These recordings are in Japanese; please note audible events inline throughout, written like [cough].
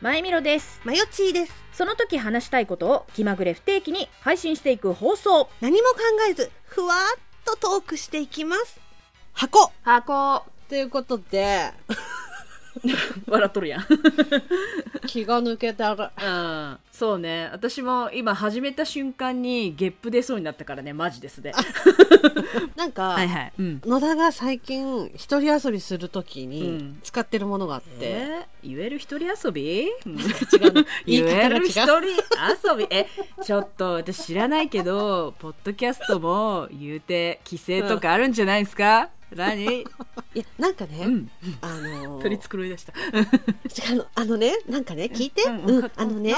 まゆみろですマヨチーですその時話したいことを気まぐれ不定期に配信していく放送何も考えずふわっとトークしていきます箱箱ということ [laughs] で笑っとるやん気が抜けたら [laughs] うんそうね私も今始めた瞬間にゲップ出そうになったからねマジですねなんか、はいはい、うん、野田が最近一人遊びするときうにん使ってるものがあって、えー言える一人遊び [laughs] 違う言い言方えが違うる一人遊びえちょっと私知らないけどポッドキャストも言うて規制とかあるんじゃないです [laughs] か、何いやなんかね、うんあ [laughs] のー取り繕い出した違うのあのねなんかね聞いて、ううんんうんあのね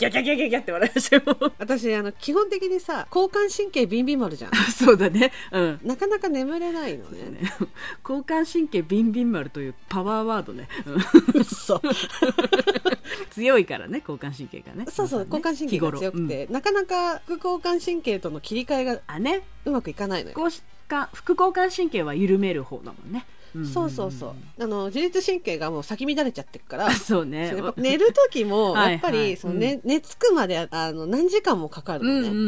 ギャギャギャギャギャって笑いしても私あの基本的にさ交感神経ビンビン丸じゃん [laughs] そうだねうんなかなか眠れないの [laughs] ね交感神経ビンビン丸というパワーワードね、うんそう強いからね交感神経がねそうそう、皆さんね交感神経が強く日頃て、なかなか副交感神経との切り替えがうんあねうまくいかないのよ、交感副交感神経は緩める方だもんね、そうそうそうあの自律神経がもう先乱れちゃってるからあそう [laughs] ねそうやっぱ寝る時も [laughs] はいやっぱはいりその、ね寝つくまであの何時間もかかうるんのうんね、うんうん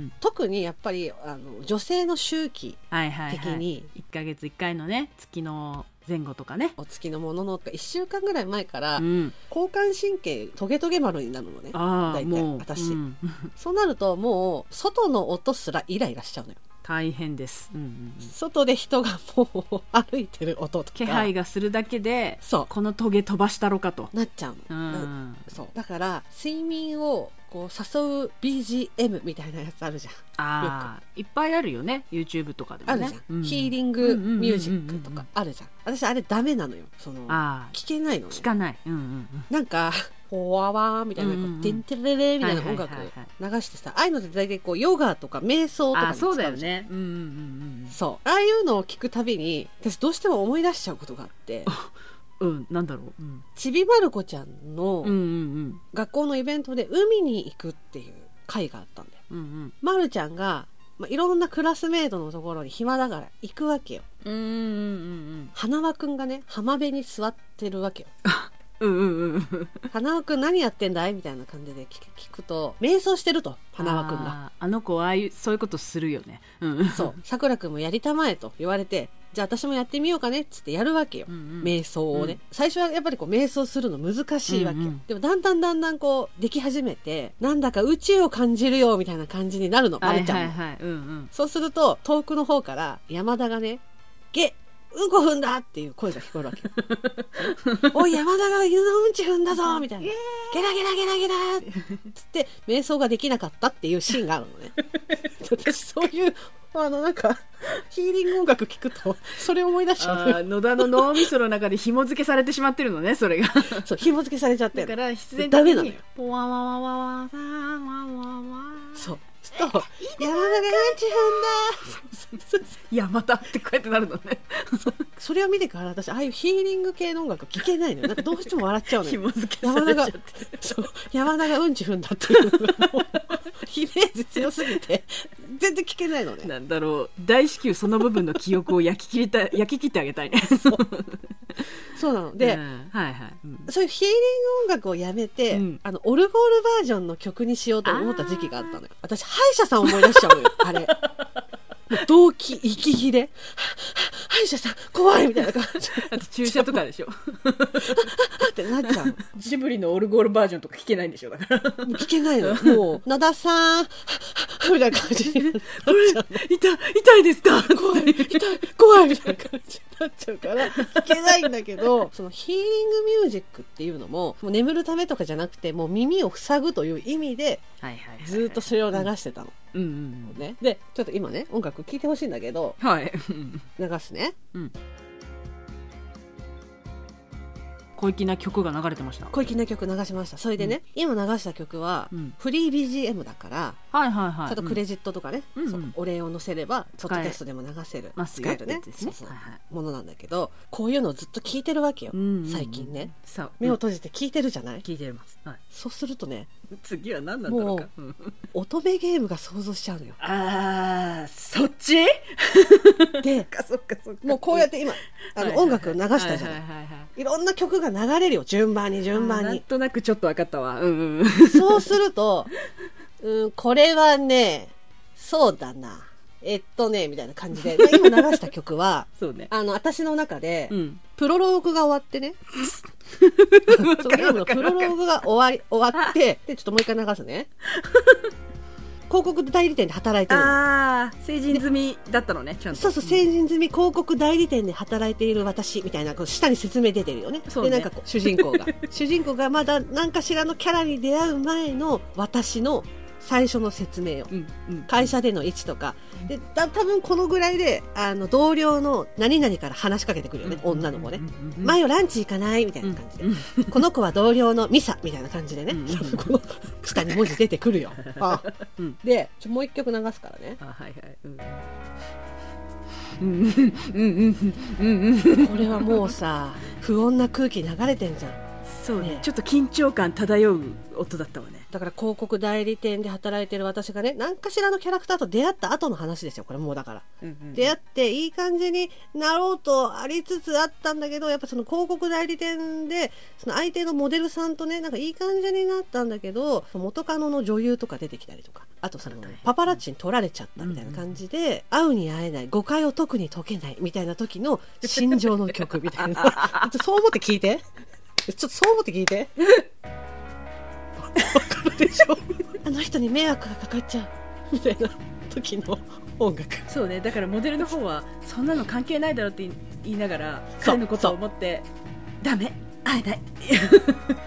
うん特にやっぱりあの女性の周期はいはい、的はい、に1ヶ月1回のね月の前後とかねお月のものの1週間ぐらい前からうん交感神経トゲトゲ丸になるのねああ大体もう私うんそうなるともう外の音すらイライラしちゃうのよ大変です、うんうんうん外で人がもう歩いてる音とか気配がするだけでそこのトゲ飛ばしたろかとうなっちゃうの、うなんそうだから睡眠をこう誘う BGM みたいなやつあるじゃんああいっぱいあるよね YouTube とかでもあるねじゃん、ヒーリンうんうグんうんうんうんミュージックとかあるじゃん私あれダメなのよそのああ聞けないのね聞かない、うんうんうん、なんか「ほわわ」みたいな「こうんうんううんデンテレレ」みたいな音楽はいはい流してさああいうのって大体こうヨガとか瞑想とあかあに使そううじだゃよんねうんうんうんそうああいうのを聞くたびに私どうしても思い出しちゃうことがあって [laughs] うんうんなんだろう、うん、ちびまる子ちゃんうんうんの学校のイベントで海に行くっていう会があったんだよ。うんうんまるちゃんが、まあ、いろんなクラスメートのところに暇だから行くわけよ。うんうん花輪くんがね浜辺に座ってるわけよ。うんうんうんうんうん花輪くん何やってんだいみたいな感じで聞く聞くと瞑想してると花輪くんが。あーあの子はああいうそういうことするよねうんそうさくらくんもやりたまえと言われてじゃあ私もやってみようかねっつってやるわけよ。うんうん瞑想をね、うん最初はやっぱりこう瞑想するの難しいわけよ、うんうんでもだんだんだんだんこうでき始めてなんだか宇宙を感じるよみたいな感じになるの、はまいるちゃんはも、いはいうんうんそうすると遠くの方から山田がね「げうんこ踏んだ!」っていう声が聞こえるわけおい山田が犬のうんち踏んだぞみたいな「ゲラゲラゲラゲラ」つって瞑想ができなかったっていうシーンがあるのね私そういうあのなんかヒーリング音楽聞くとそれを思い出しちゃうのよあー野田の脳みその中で紐付けされてしまってるのねそれがそう紐付けされちゃってだるから必然ダ的メなのによポワワワワワさーワワワそうすると「山田がうんち踏んだ!」そうそうそういやまたってこうやってなるのねそれを見てから私ああいうヒーリング系の音楽聞けないのよなんかどうしても笑っちゃうのよ紐付けさ山田れちゃがってそう山田がうんち踏んだっていうもうイメージ強すぎて全然聞けないのねなんだろう大至急その部分の記憶を焼き切り [laughs] た焼き切ってあげたいねそうそうなので、んはいはい、うんそういうヒーリング音楽をやめて、うんあのオルゴールバージョンの曲にしようと思った時期があったのよ私歯医者さん思い出しちゃうのよあれもう動機息切れはは歯医者さん怖いみたいな感じあと注射とかでしょだってなっちゃうのもジブリのオルゴールバージョンとか聞けないんでしょだからこう聞けないのよもう野田さんはははみたいな感じになっちゃうれ痛痛いですか怖い痛い怖いみたいな感じになっちゃうから聞けないんだけ [laughs] どそのヒーリングミュージックっていうのももう眠るためとかじゃなくてもう耳を塞ぐという意味ではいはい、はい、ずーっとそれを流してたのうんうんねでちょっと今ね音楽聴いてほしいんだけどうんはい流すね小粋な曲が流れてました小粋な曲流しましたそれでね、今流した曲は、うんフリー BGM だからはいはいはいちょっとクレジットとかね、うんそううんお礼を載せれば使ポえッドキャストでも流せるますよ使えるねってやつですねそうそはういはいものなんだけどこういうのをずっと聴いてるわけよ、うんうんうん最近ねさあ目を閉じて聴いてるじゃない、聞いてます、はい、そうするとね次は何なんだろうかう、乙女ゲームが想像しちゃう [laughs] のよあーそっちでかそっかそっもうこうやって今あの音楽を流したじゃなはいはいはいいはいいろんな曲が流れるよ順番に順番なんにとなくちょっと分かったわ。うんうん。そうすると、うん、これはねそうだなえっとねみたいな感じで今流した曲 [laughs] はそうね。あの私の中で、うん。プロローグが終わってねそうゲームのプロローグが終わり終わってでちょっともう一回流す [laughs] ね広告代理店で働いてるのああ、成人済みだったのね、ちゃんと。そうそう、成人済み広告代理店で働いている私みたいな、こう下に説明出てるよね。そうで、ねなんかこう、主人公が。 [laughs] 主人公がまだ何かしらのキャラに出会う前の私の最初の説明を。うんうん。会社での位置とか。で、た多分このぐらいで、あの、同僚の何々から話しかけてくるよね、女の子ね。。前よランチ行かないみたいな感じで、うんこの子は同僚のミサみたいな感じでね、うん [laughs] この下に文字出てくる [laughs] よ。あうんでちょもう一曲流すからね。あ、はいはい。うん。うんうんうんうんうんうんこれはもうさ不穏な空気流れてんじゃんそうねねちょっと緊張感漂う音だったわねだから広告代理店で働いてる私がね何かしらのキャラクターと出会った後の話ですよこれもうだから、出会っていい感じになろうとありつつあったんだけどやっぱその広告代理店でその相手のモデルさんとねなんかいい感じになったんだけど元カノの女優とか出てきたりとかあとそのあ大変パパラッチに撮られちゃったみたいな感じで、会うに会えない誤解を特に解けないみたいな時の心情の曲みたいなちょっとそう思って聞いてちょっとそう思って聞い [laughs] てでしょあの人に迷惑がかかっちゃうみたいな時の音楽そうねだからモデルの方はそんなの関係ないだろうって言い言いながらそう彼のことを思ってダメ会えない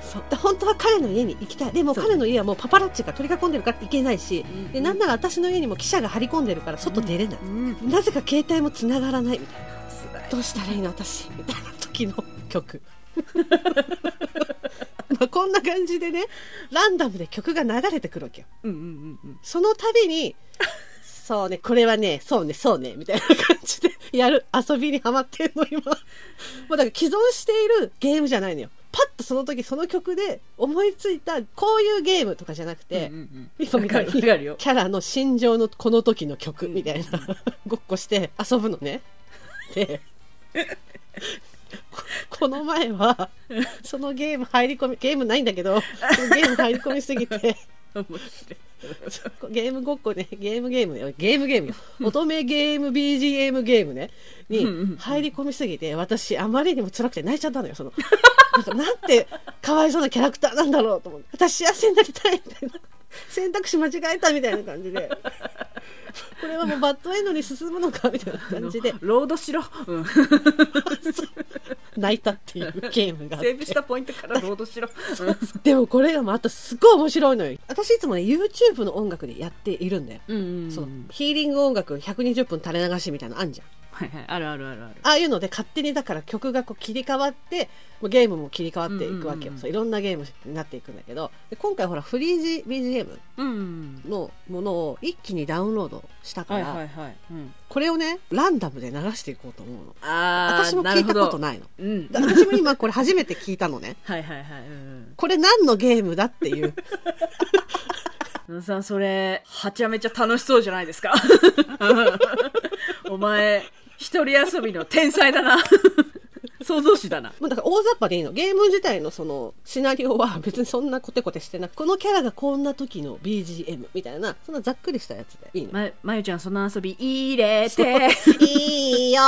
そうで本当は彼の家に行きたいでもそう彼の家はもうパパラッチが取り囲んでるから行けないしでなんなら私の家にも記者が張り込んでるから外出れない、うんなぜか携帯も繋がらないみたいな辛いどうしたらいいの私みたいな時の [laughs] 曲まあこんな感じでねランダムで曲が流れてくるわけようんうんうんうんその [laughs] 度に、そうね、これはね、そうね、そうね、みたいな感じでやる遊びにハマってんの、今。もうだから既存しているゲームじゃないのよ。パッとその時、その曲で思いついた、こういうゲームとかじゃなくて、うんうんうん今みたいわなかるわかるよキャラの心情のこの時の曲みたいな、ごっこして遊ぶのね。で、ここの前は、そのゲーム入り込み、ゲームないんだけど、そのゲーム入り込みすぎて、面白いゲームごっこね、ゲームゲームね、ゲームゲームよ。乙女ゲーム BGM ゲームね、うんうんうんに入り込みすぎて、私、あまりにも辛くて泣いちゃったのよ、その。なんかなんて、かわいそうなキャラクターなんだろうと思って。私幸せになりたい、みたいな。選択肢間違えた、みたいな感じで。これはもうバッドエンドに進むのか、みたいな感じで、ロードしろ、 [laughs] うん、泣いたっていうゲームがあっセてーブしたポイントからロードしろ、でもこれがまたすごい面白いのよ。私いつもね、YouTube の音楽でやっているんだよ。うんうんうんそうヒーリング音楽120分垂れ流しみたいなのあんじゃんはいはいあるあるあるあるああいうので勝手にだから曲がこう切り替わってもうゲームも切り替わっていくうわけよ、んうんうんうんそういろんなゲームになっていくんだけどで今回ほらフリージ BGM うんうんのものを一気にダウンロードしたかはいら、はいはい、うん、これをねランダムで流していこうと思うのあー私も聞いたことなないのるほどうんだ私も今これ初めて聞いたのねはいはいはいうんこれ何のゲームだっていううん野田さんそれはちゃめちゃ楽しそうじゃない [laughs] ですかお前一人遊びの天才だな創造主だなもうだから大雑把でいいの。ゲーム自体のそのシナリオは別にそんなコテコテしてなく、このキャラがこんな時の BGM みたいな、そんなざっくりしたやつでいいの。ままゆちゃんその遊び入れてやっいいよ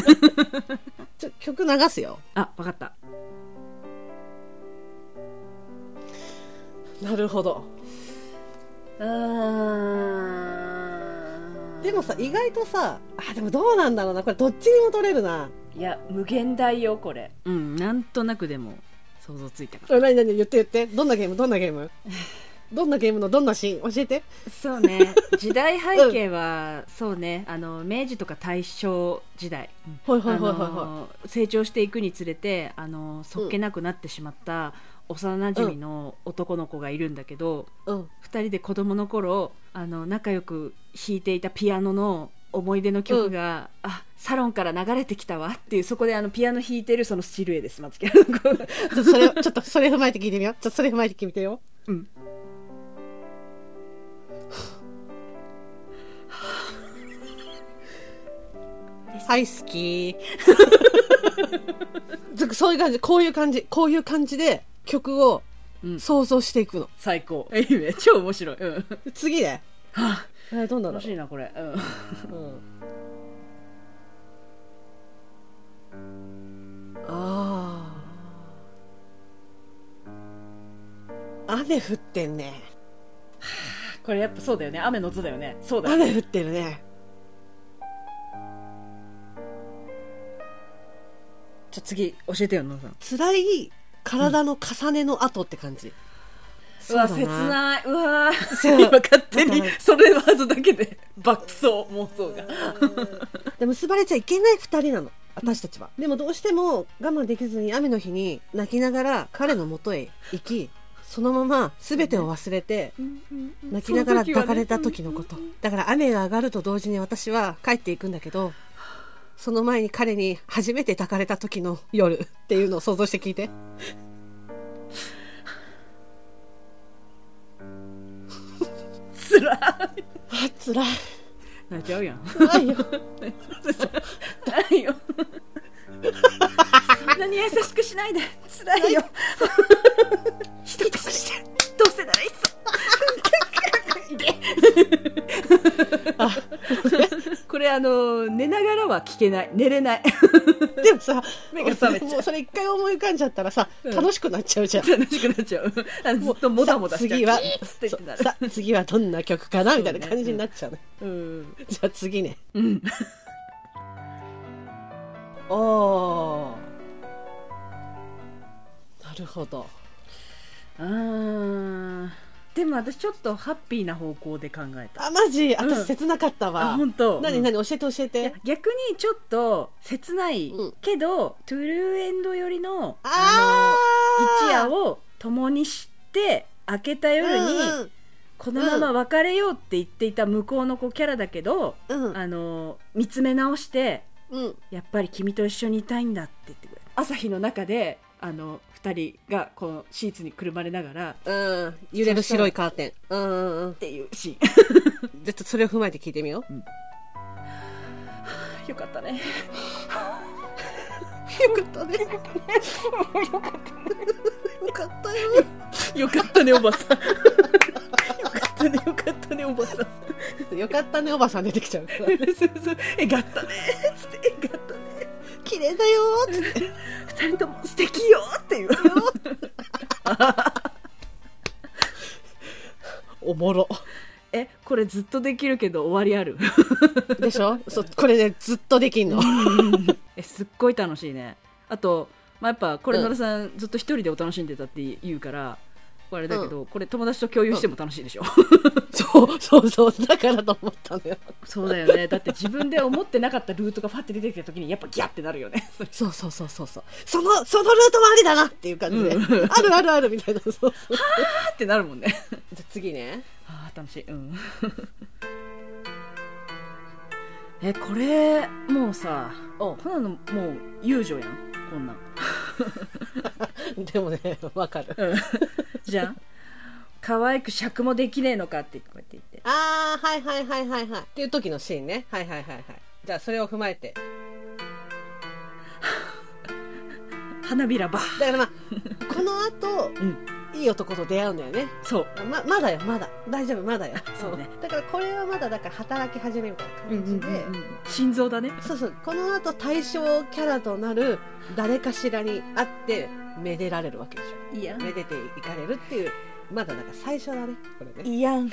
ーたちょ曲流すよ。ーあわかったなるほど。うーんでもさ、意外とさ、あ、でもどうなんだろうな。これどっちにも取れるな。いや無限大よこれうんなんとなくでも想像ついたかえ何何言って言って。どんなゲームどんなゲー [sighs] ムどんなゲームのどんなシーン教えて。らそうね時代背景は、そうねあの明治とか大正時代、ほいあほいほいほいほい。の成長していくにつれてあのそっけなくなってしまった幼馴染の男の子がいるんだけど、うん。 2人で子供の頃あの仲良く弾いていたピアノの思い出の曲が、あサロンから流れてきたわっていうそこであのピアノ弾いてるそのシルエですまずちょっとそれを、ちょっとそれ踏まえて聞いてみよう。ちょっとそれ踏まえて聞いてよ。うんはい、[laughs] 好き。ずそういう感じ、こういう感じ、こういう感じで曲をうん想像していくの。最高。いいね。超面白い。うん。次ね。はあ、えどんなの楽しいな、これ。うん。うんああ雨降ってんねこれやっぱそうだよね。雨の音だよね。そうだよね。雨降ってるねじゃあ次、教えてよ、野田さん。辛い体の重ねの跡って感じ、うそうわ、だ切なない。うわそう今勝手にだから、それワードだけで、爆走、妄想が。で結ばれちゃいけない二人なの私たちはでもどうしても我慢できずに雨の日に泣きながら彼の元へ行きそのまま全てを忘れて泣きながら抱かれた時のことだから雨が上がると同時に私は帰っていくんだけどその前に彼に初めて抱かれた時の夜っていうのを想像して聞いてつらい。あつらい泣いちゃうやん。辛いよ辛いよ。そんなに優しくしないで。辛いよ。一口してどうせならいっそ。これあの寝ながらは聞けない寝れない [laughs] でもさ [laughs] 目が覚めちゃうもうそれ一回思い浮かんじゃったらさうん楽しくなっちゃうじゃん楽しくなっちゃうあのずっともだもだしちゃう次はキーッつって言ってたらそうさ次はどんな曲かなみたいな感じになっちゃうねうんじゃあ次ねうんお [laughs] おなるほどあーでも私ちょっとハッピーな方向で考えたあマジうん私切なかったわ、あ本当何うん何教えて教えいやて逆にちょっと切ないうんけど、トゥルーエンド寄りのあのー一夜を共にして明けた夜に、このまま別れようって言っていた向こうの子キャラだけど、うんうんあの見つめ直してうんやっぱり君と一緒にいたいんだって言ってくれ朝日の中であの2人がこのシーツにくるまれながらっうん揺れる白いカーテンうんうんうんていうシちょっとそれを踏まえて聞いてみようーン [laughs] よかった [laughs] ね [laughs] よかったねよかったよ [laughs] よかったねおばさんよかったねよかったねおばさん [laughs] よかったねおばさん出てきちゃうかそらうそうえがったねつってえがったね綺麗だよーっつって二人とも素敵よっていうおもろえこれずっとできるけど終わりあるでしょそうこれねずっとできんの [laughs] えすっごい楽しいねあと、まあ、やっぱこれうん野田さん、ずっと一人でお楽しんでたって言うからこれあれだけど、これ友達と共有しても楽しいでしょ、 [laughs] そうそうそうだからと思ったのよそうだよね [laughs] だって自分で思ってなかったルートがファって出てきた時にやっぱギャってなるよねそうそうそうそうそうそのそのルートもありだなっていう感じで、うあるあるあるみたいなそうそうじゃあってなるもんねあ次ねあー楽しいうん [laughs] えこれもうさこんなのもう遊女やんこんなんでもねわかるじゃ [laughs] ん可愛く尺もできねえのかってこうやって言ってあーはいはいはいはいはいっていう時のシーンねはいはいはいはいじゃあそれを踏まえて花びらばだからまあこの後うんいい男と出会うんだよねそうままだよまだ大丈夫まだよそうねだからこれはまだだから働き始めみたいな感じで、心臓だねそうそうこの後対象キャラとなる誰かしらに会ってめでられるわけでしょいやめでていかれるっていうまだなんか最初だねこれねいやん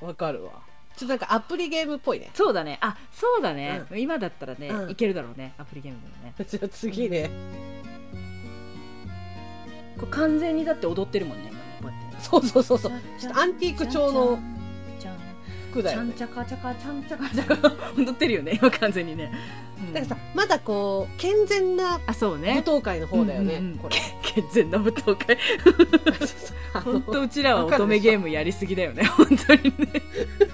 わかるわちょっとなんかアプリゲームっぽいねそうだねあそうだね、今だったらね、うんいけるだろうねアプリゲームでもねじゃあ次ねこれ完全にだって踊ってるもんね今ねこうやってねそうそうそうそうちょっとアンティーク調のちゃん句ちだゃよんねちゃかちゃかちゃんちゃかちゃか踊ってるよね [laughs] 今完全にね、うんだからさまだこう健全なあそう舞ね踏会の方だよね、うんうんうんこれ健全な舞踏会 [laughs] あの [laughs] 本当うちらは乙女ゲームやりすぎだよね [laughs] 本当にね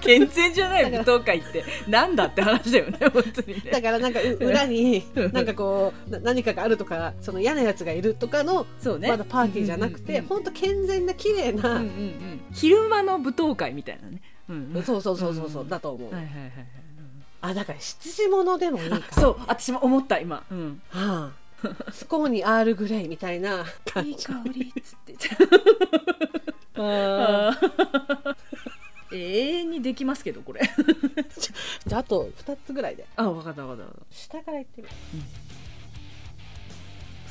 健全じゃない舞踏会ってなんだって話だよね [laughs] 本当にだねからなんかう裏になんかこうな何かがあるとかその嫌なやつがいるとかのそうねまだパーティーじゃなくて、うんうんうんほんと健全な綺麗うんな、うんうん、昼間の舞踏会みたいなね、うんそうそうそうそうそう、んだと思う、はいはいはいはいあだから羊物でもいいかあ [laughs] そう私も思った今、うん、はあ、スコーンにアールグレイみたいない感いじ香りっつってあ [laughs] あー [laughs] 永遠にできますけどこれじゃああと2つぐらいであ分かった分かった分かっ下からいってみるた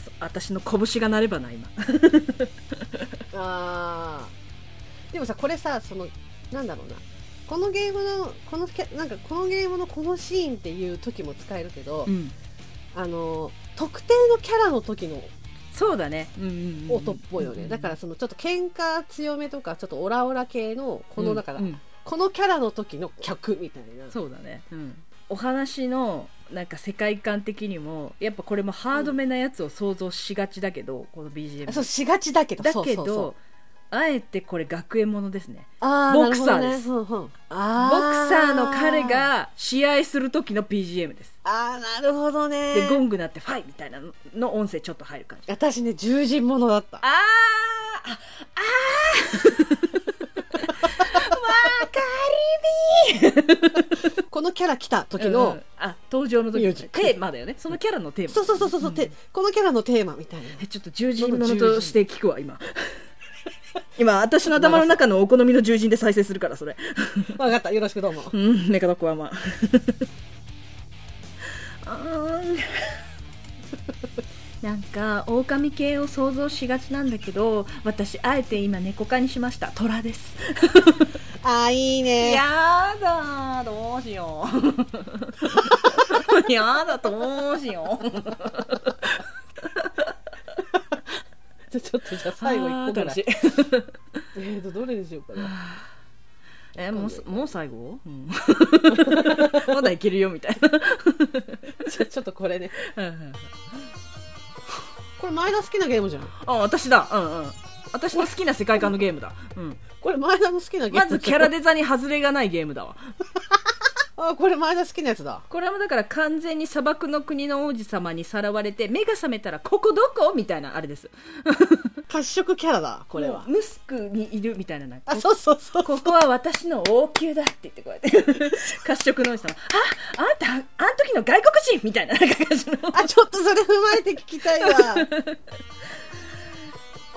そう私の拳が鳴ればな今あーでもさこれさそのなんだろうなこのゲームのこのキャなんかこのゲームのこのシーンっていう時も使えるけど、んあの特定のキャラの時のそうだね、うん音っぽいよね、だからそのちょっと喧嘩強めとかちょっとオラオラ系のこのだから、うんうんこのキャラの時の曲みたいなそうだね、うん、お話のなんか世界観的にもやっぱこれもハードめなやつを想像しがちだけど、この BGM あそうしがちだけどだけどそうそうそうあえてこれ学園ものですねあボクサーですなるほどねうんうんボあクサーの彼が試合する時の BGM ですあーなるほどねでゴング鳴ってファイみたいなのの音声ちょっと入る感じ私ね獣人ものだったあーああこのキャラ来た時時の、の、あ登場の時ミュのージックテーマだよねそのキャラのテーマそうそうそうそうそう、てこのキャラのテーマみたいなえちょっと獣人ものとして聞くわ今 [laughs] 今私の頭の中のお好みの獣人で再生するからそれ分かったよろしくどうもうんメカドックはまあ [laughs] なんか狼系を想像しがちなんだけど私あえて今猫科にしました虎ですあーいいねやだどうし [laughs] ようやだどうしようじゃあちょっとじゃあ最後一個ぐらいいえーとどれにしようかなえもうすもう最後、うん、 [laughs] まだいけるよみたいなじゃあちょっとこれねこれ前田好きなゲームじゃんあ私だうんうん私の好きな世界観のゲームだ、うん、これ前田の好きなゲームまずキャラデザに外れがないゲームだわあこれ前田好きなやつだこれもだから完全に砂漠の国の王子様にさらわれて目が覚めたらここどこみたいなあれ [laughs] です褐色キャラだこれは、ムスクにいるみたいななんかあそうそうそうここは私の王宮だって言ってこうやって [laughs] 褐色の王子様ああんたあん時の外国人みたいななんか感じの [laughs] あちょっとそれ踏まえて聞き [laughs] たいわえー、あ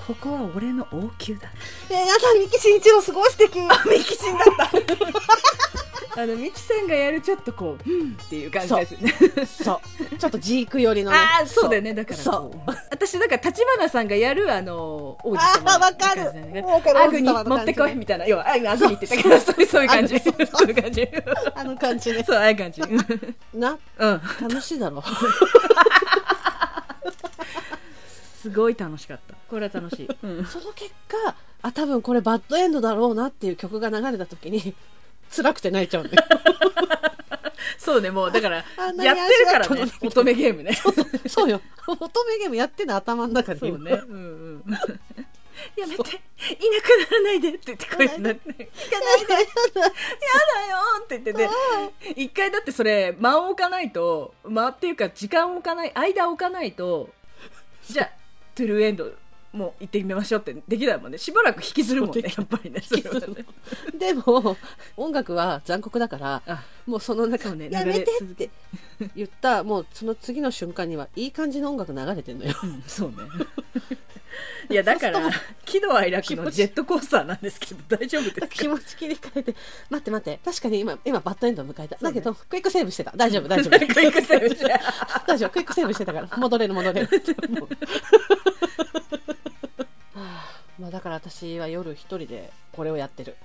ここは俺の王宮だた三木真一郎すごい素敵ミキシンだ [laughs] ったあのミキさんがやるちょっとこう、うん、っていう感じですよねそうちょっとジーク寄りのねああそうだよねだからそうこう [laughs] 私だから立花さんがやるあの王子様あーわかるみたいなわかるアグに王子様の持感じってこいみたいな要はあ今アグにって言ったけどそういうそういう感じアグそうそういう感じ [laughs] あの感じねそうああいう感じうんなうん楽しいだろすごい楽しかったこれは楽しい、 [laughs] うん、その結果あ多分これバッドエンドだろうなっていう曲が流れた時に辛くて泣いちゃうんだよそうねもうだからやあっんてなにるから足跡のねね乙女ゲームねそう [laughs] そうよ乙女ゲームやってんの頭の中でね今うんうんやめていなくならないでって言ってこうやってなって聞かないでだよって言ってて一回だってそれ間を置かないと間っていうか時間を置かない間を置かないとじゃあトゥルーエンドもう行ってみましょうってできないもんねしばらく引きずるもんねそうできやっぱりねそれはね [laughs] でも音楽は残酷だからあもうその中そうかねやめてっ流て言ったもうその次の瞬間にはいい感じの音楽流れてんのようん [laughs] そうねいやだから喜怒哀楽のジェットコースターなんですけど大丈夫です気か持ち切り替えて待って待って確かに今今バッドエンドを迎えた、だけどクイックセーブしてた大丈夫大丈夫クイックセーブ [laughs] して大丈夫クイックセーブしてたから戻れる戻 [laughs] れるって思うはあまあだから私は夜一人でこれをやってる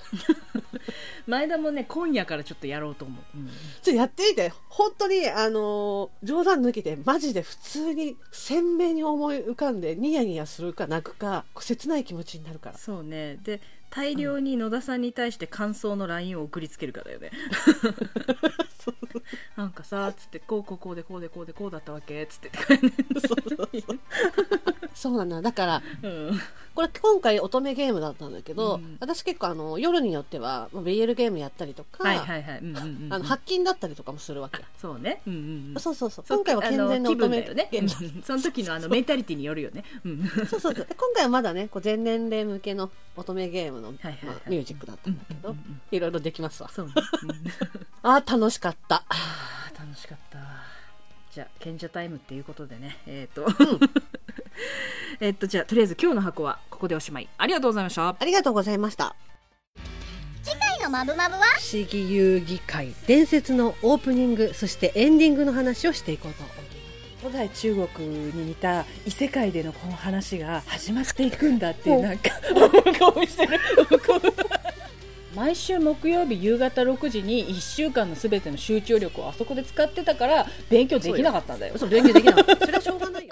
前田もね今夜からちょっとやろうと思う、うんちょっとやってみて本当にあのー冗談抜きでマジで普通に鮮明に思い浮かんでニヤニヤするか泣くか切ない気持ちになる [laughs] からそうねで大量に野田さんに対して感想の LINE を送りつけるかだよねなんかさつってこうこうこうでこうでこうでこうだったわけつって、 [laughs] そうなんだだからうん、これ今回乙女ゲームだったんだけど、うん私結構あの夜によってはまあ BL ゲームやったりと [laughs] か、はいはいはいうんうんうんうんあの発禁だったりとかもするわけから。そうね。うんうんうん。そうそうそう。そう今回は健全なあの気乙分女だよね。現状うんその時のあのメンタリティによるよね。うん。 [laughs] そうそうそうで今回はまだねこう全年齢向けの乙女ゲームの、はいはいはいまあミュージックだったんだけど、うんうんうんうんいろいろできますわそうね。うんあー楽しかったあー楽しかったわじゃあ賢者タイムっていうことでねえっ、と、 [laughs] えっとじゃあとりあえず今日の箱はここでおしまいありがとうございましたありがとうございました次回のマブマブは不思議遊戯会伝説のオープニングそしてエンディングの話をしていこうと思います古代中国に似た異世界でのこの話が始まっていくんだっていうなんか顔してる毎週木曜日夕方6時に1週間のすべての集中力をあそこで使ってたから勉強できなかったんだよそう勉強できなかったそれはしょうがないよ